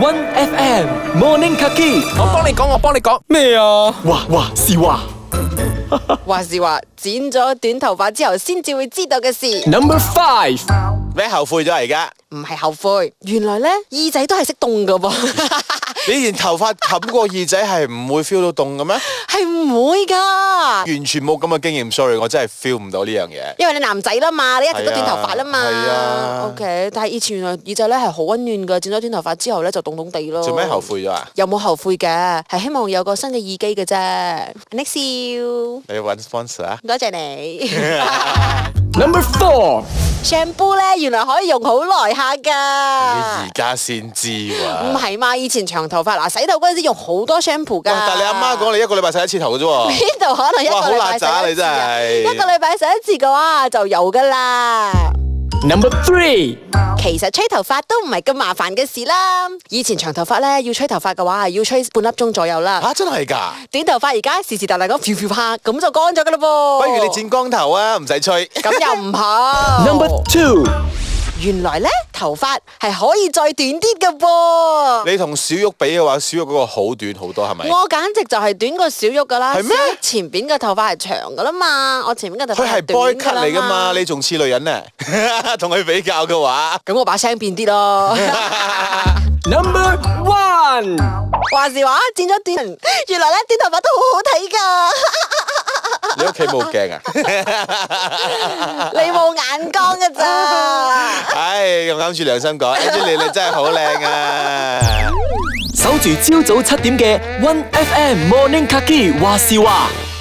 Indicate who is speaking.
Speaker 1: One FM Morning Kaki，
Speaker 2: 我幫你講，我幫你講。
Speaker 1: 咩啊？
Speaker 3: 哇哇是哇
Speaker 4: 話是話剪咗短頭髮之後先至會知道嘅事，
Speaker 1: Number five，
Speaker 2: 你後悔咗而家？
Speaker 4: 唔係後悔。原來咧耳仔都係識凍噶噃，
Speaker 2: 你連頭髮冚過耳仔係唔會 feel 到凍嘅咩？
Speaker 4: 係唔會噶。
Speaker 2: 完全冇咁嘅經驗，sorry，我真係 feel 唔到呢樣嘢。
Speaker 4: 因為你男仔啦嘛，你一直都
Speaker 2: 係啊
Speaker 4: 短頭髮啦嘛。
Speaker 2: 係啊
Speaker 4: OK，但係以前原來耳仔咧係好温暖噶，剪咗短頭髮之後咧就凍凍地咯。
Speaker 2: 做咩後？悔咗啊？
Speaker 4: 有冇後悔嘅？係希望有個新嘅耳機嘅啫。Next you，
Speaker 2: 你揾 sponsor 啊？
Speaker 4: 多謝 你。
Speaker 1: Number four，
Speaker 4: shampoo 咧原來可以用好耐下㗎
Speaker 2: 你而。家先知喎。
Speaker 4: 啊唔係啊嘛？以前長頭髮嗱，洗頭嗰陣時用好多 shampoo 㗎。
Speaker 2: 喂，啊但係你阿媽講你一個禮拜洗一次頭嘅啫 喎。
Speaker 4: 邊度可能一個
Speaker 2: 哇好
Speaker 4: 禮
Speaker 2: 邋
Speaker 4: 拜洗
Speaker 2: 遢
Speaker 4: 一次
Speaker 2: 你真
Speaker 4: 啊？
Speaker 2: 係
Speaker 4: 一個禮拜洗一次嘅話就有㗎啦。
Speaker 1: Number three，
Speaker 4: 其實吹頭髮都唔係咁麻煩嘅事啦。以前長頭髮咧要吹頭髮嘅話，要吹半粒鐘左右啦。
Speaker 2: 啊嚇，真係㗎？
Speaker 4: 短頭髮而家時時大大咁飄飄下，咁就乾咗㗎咯
Speaker 2: 不
Speaker 4: 噃。
Speaker 2: 如你剪光頭啊，唔使吹。
Speaker 4: 咁又唔 好。
Speaker 1: Number two，
Speaker 4: 原來咧頭髮係可以再短啲嘅噃。
Speaker 2: 你同小玉比嘅話，小玉嗰個好短好多係咪？
Speaker 4: 我簡直就係短過小玉噶啦，
Speaker 2: 係咩
Speaker 4: 小玉前邊嘅頭髮係長噶啦嘛，我前面嘅頭
Speaker 2: 佢
Speaker 4: 髮
Speaker 2: 係
Speaker 4: 係
Speaker 2: boy
Speaker 4: 短
Speaker 2: cut 嚟
Speaker 4: 㗎
Speaker 2: 㗎
Speaker 4: 啦
Speaker 2: 嘛，你仲似女人啊？ 同佢比較嘅話。
Speaker 4: 咁我把聲變啲 咯。
Speaker 1: Number one，
Speaker 4: 話時話剪咗短，原來咧短頭髮都好好睇 噶，
Speaker 2: 你屋企冇 鏡啊？
Speaker 4: 你冇眼光噶咋？
Speaker 2: 唉，我啱住良心講，Angeline 你真係好靚啊！
Speaker 1: 守住朝早七點嘅 One FM Morning Kaki 話事話。